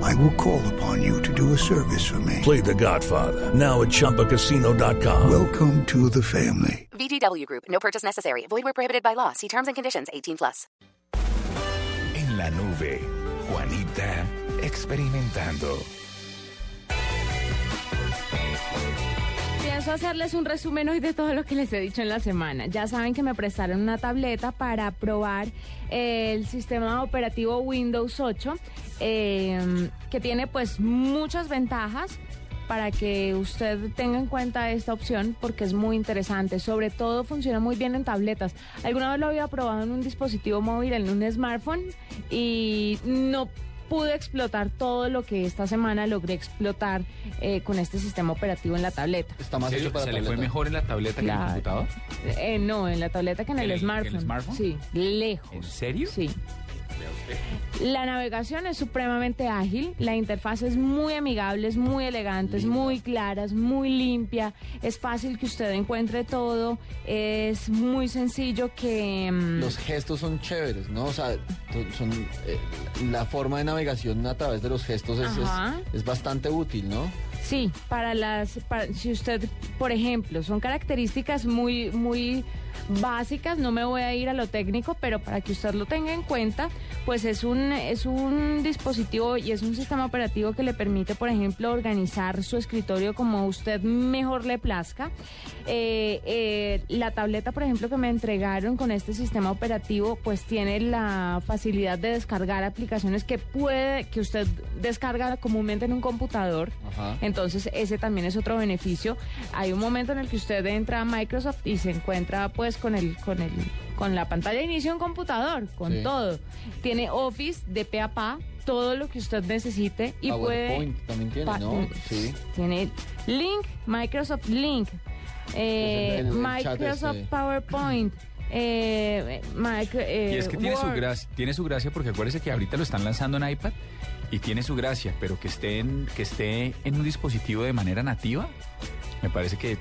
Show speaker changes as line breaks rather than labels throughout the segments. I will call upon you to do a service for me.
Play The Godfather now at ChumbaCasino.com.
Welcome to the family.
VGW Group. No purchase necessary. Void where prohibited by law. See terms and conditions. 18 plus.
En la nube, Juanita experimentando.
Pienso hacerles un resumen hoy de todo lo que les he dicho en la semana. Ya saben que me prestaron una tableta para probar eh, el sistema operativo Windows 8, eh, que tiene pues muchas ventajas para que usted tenga en cuenta esta opción porque es muy interesante. Sobre todo funciona muy bien en tabletas. Alguna vez lo había probado en un dispositivo móvil, en un smartphone, y no pude explotar todo lo que esta semana logré explotar eh, con este sistema operativo en la tableta.
Está más hecho para
¿Se le fue
tableta.
mejor en la tableta
Claro.
que en el computador?
Eh, no, en la tableta que en
¿En
el,
el- en el
smartphone.
smartphone?
Sí, lejos.
¿En serio?
Sí. La navegación es supremamente ágil, la interfaz es muy amigable, es muy elegante, es muy clara, es muy limpia, es fácil que usted encuentre todo, es muy sencillo que... mm,
Los gestos son chéveres, ¿no? O sea, to- son, eh, la forma de navegación a través de los gestos es, es-
Ajá.
es bastante útil, ¿no?
Sí, para las, para- si usted, por ejemplo, son características muy, muy básicas. No me voy a ir a lo técnico, pero para que usted lo tenga en cuenta, pues es un, es un dispositivo y es un sistema operativo que le permite, por ejemplo, organizar su escritorio como a usted mejor le plazca. Eh, eh, la tableta, por ejemplo, que me entregaron con este sistema operativo, pues tiene la facilidad de descargar aplicaciones que puede, que usted descarga comúnmente en un computador.
Ajá.
Entonces, ese también es otro beneficio. Hay un momento en el que usted entra a Microsoft y se encuentra pues con el con el con la pantalla de inicio de un computador, con
Sí.
todo. Tiene Office de pe a pa, todo lo que usted necesite y
PowerPoint Ah, también tiene,
puede
¿no?
pa- Mm.
Sí.
Tiene Link, Microsoft Link, eh,
el- el- el chat
Microsoft
este.
PowerPoint, eh, micro-
Y es
eh,
que tiene su,
Word.
gracia, tiene su gracia porque acuérdese que ahorita lo están lanzando en iPad y tiene su gracia, pero que esté en, que esté en un dispositivo de manera nativa, me parece que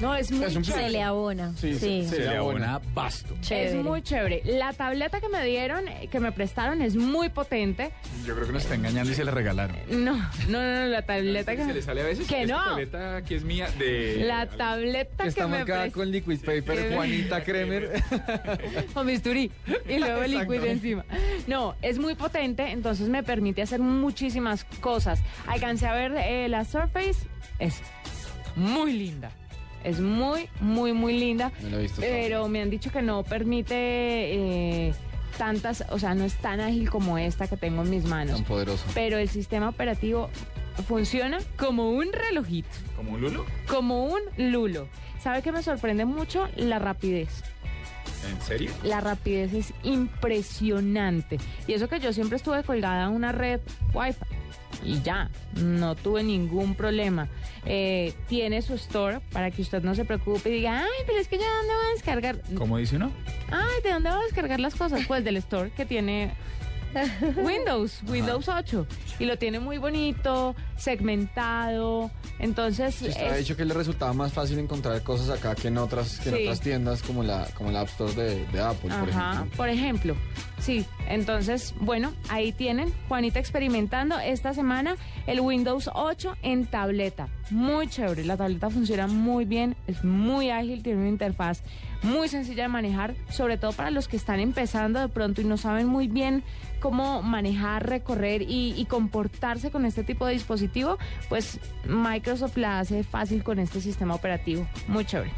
No, es muy
un
chévere.
Se le abona. Sí,
se le abona basto.
Chévere.
Es muy chévere. La tableta que me dieron, eh, que me prestaron, es muy potente.
Yo creo que nos está engañando y se la regalaron.
No, no, no, no, la tableta que,
¿Se le sale a veces?
Que
Esta
no.
tableta que es mía de...
La tableta que,
Está
me
marcada
prestaron
con liquid
Sí.
paper, Juanita Kremer.
con bisturí y luego liquid encima. No, es muy potente, entonces me permite hacer muchísimas cosas. Alcancé a ver eh, la Surface, es muy linda. Es muy, muy, muy linda.
No la he visto,
pero me han dicho que no permite eh, tantas, o sea, no es tan ágil como esta que tengo en mis manos.
Tan poderoso.
Pero el sistema operativo funciona como un relojito.
¿Como un lulo?
como un lulo. ¿Sabe qué me sorprende mucho? La rapidez.
¿En serio?
La rapidez es impresionante. Y eso que yo siempre estuve colgada a una red Wi-Fi. Y ya, no tuve ningún problema. Eh, tiene su store para que usted no se preocupe y diga, ay, pero es que yo de dónde voy a descargar.
¿Cómo dice uno?
Ay, ¿de dónde voy a descargar las cosas? Pues del store que tiene Windows, Windows 8. Y lo tiene muy bonito, segmentado. Entonces,
Sí, usted ha
es-
dicho que le resultaba más fácil encontrar cosas acá que en otras, que en
Sí.
otras tiendas como la, como la App Store de, de Apple, por
Ajá,
ejemplo.
por ejemplo. Sí, entonces, bueno, ahí tienen Juanita experimentando esta semana el Windows 8 en tableta. Muy chévere, la tableta funciona muy bien, es muy ágil, tiene una interfaz muy sencilla de manejar, sobre todo para los que están empezando de pronto y no saben muy bien cómo manejar, recorrer y, y comportarse con este tipo de dispositivo, pues Microsoft la hace fácil con este sistema operativo. Muy chévere.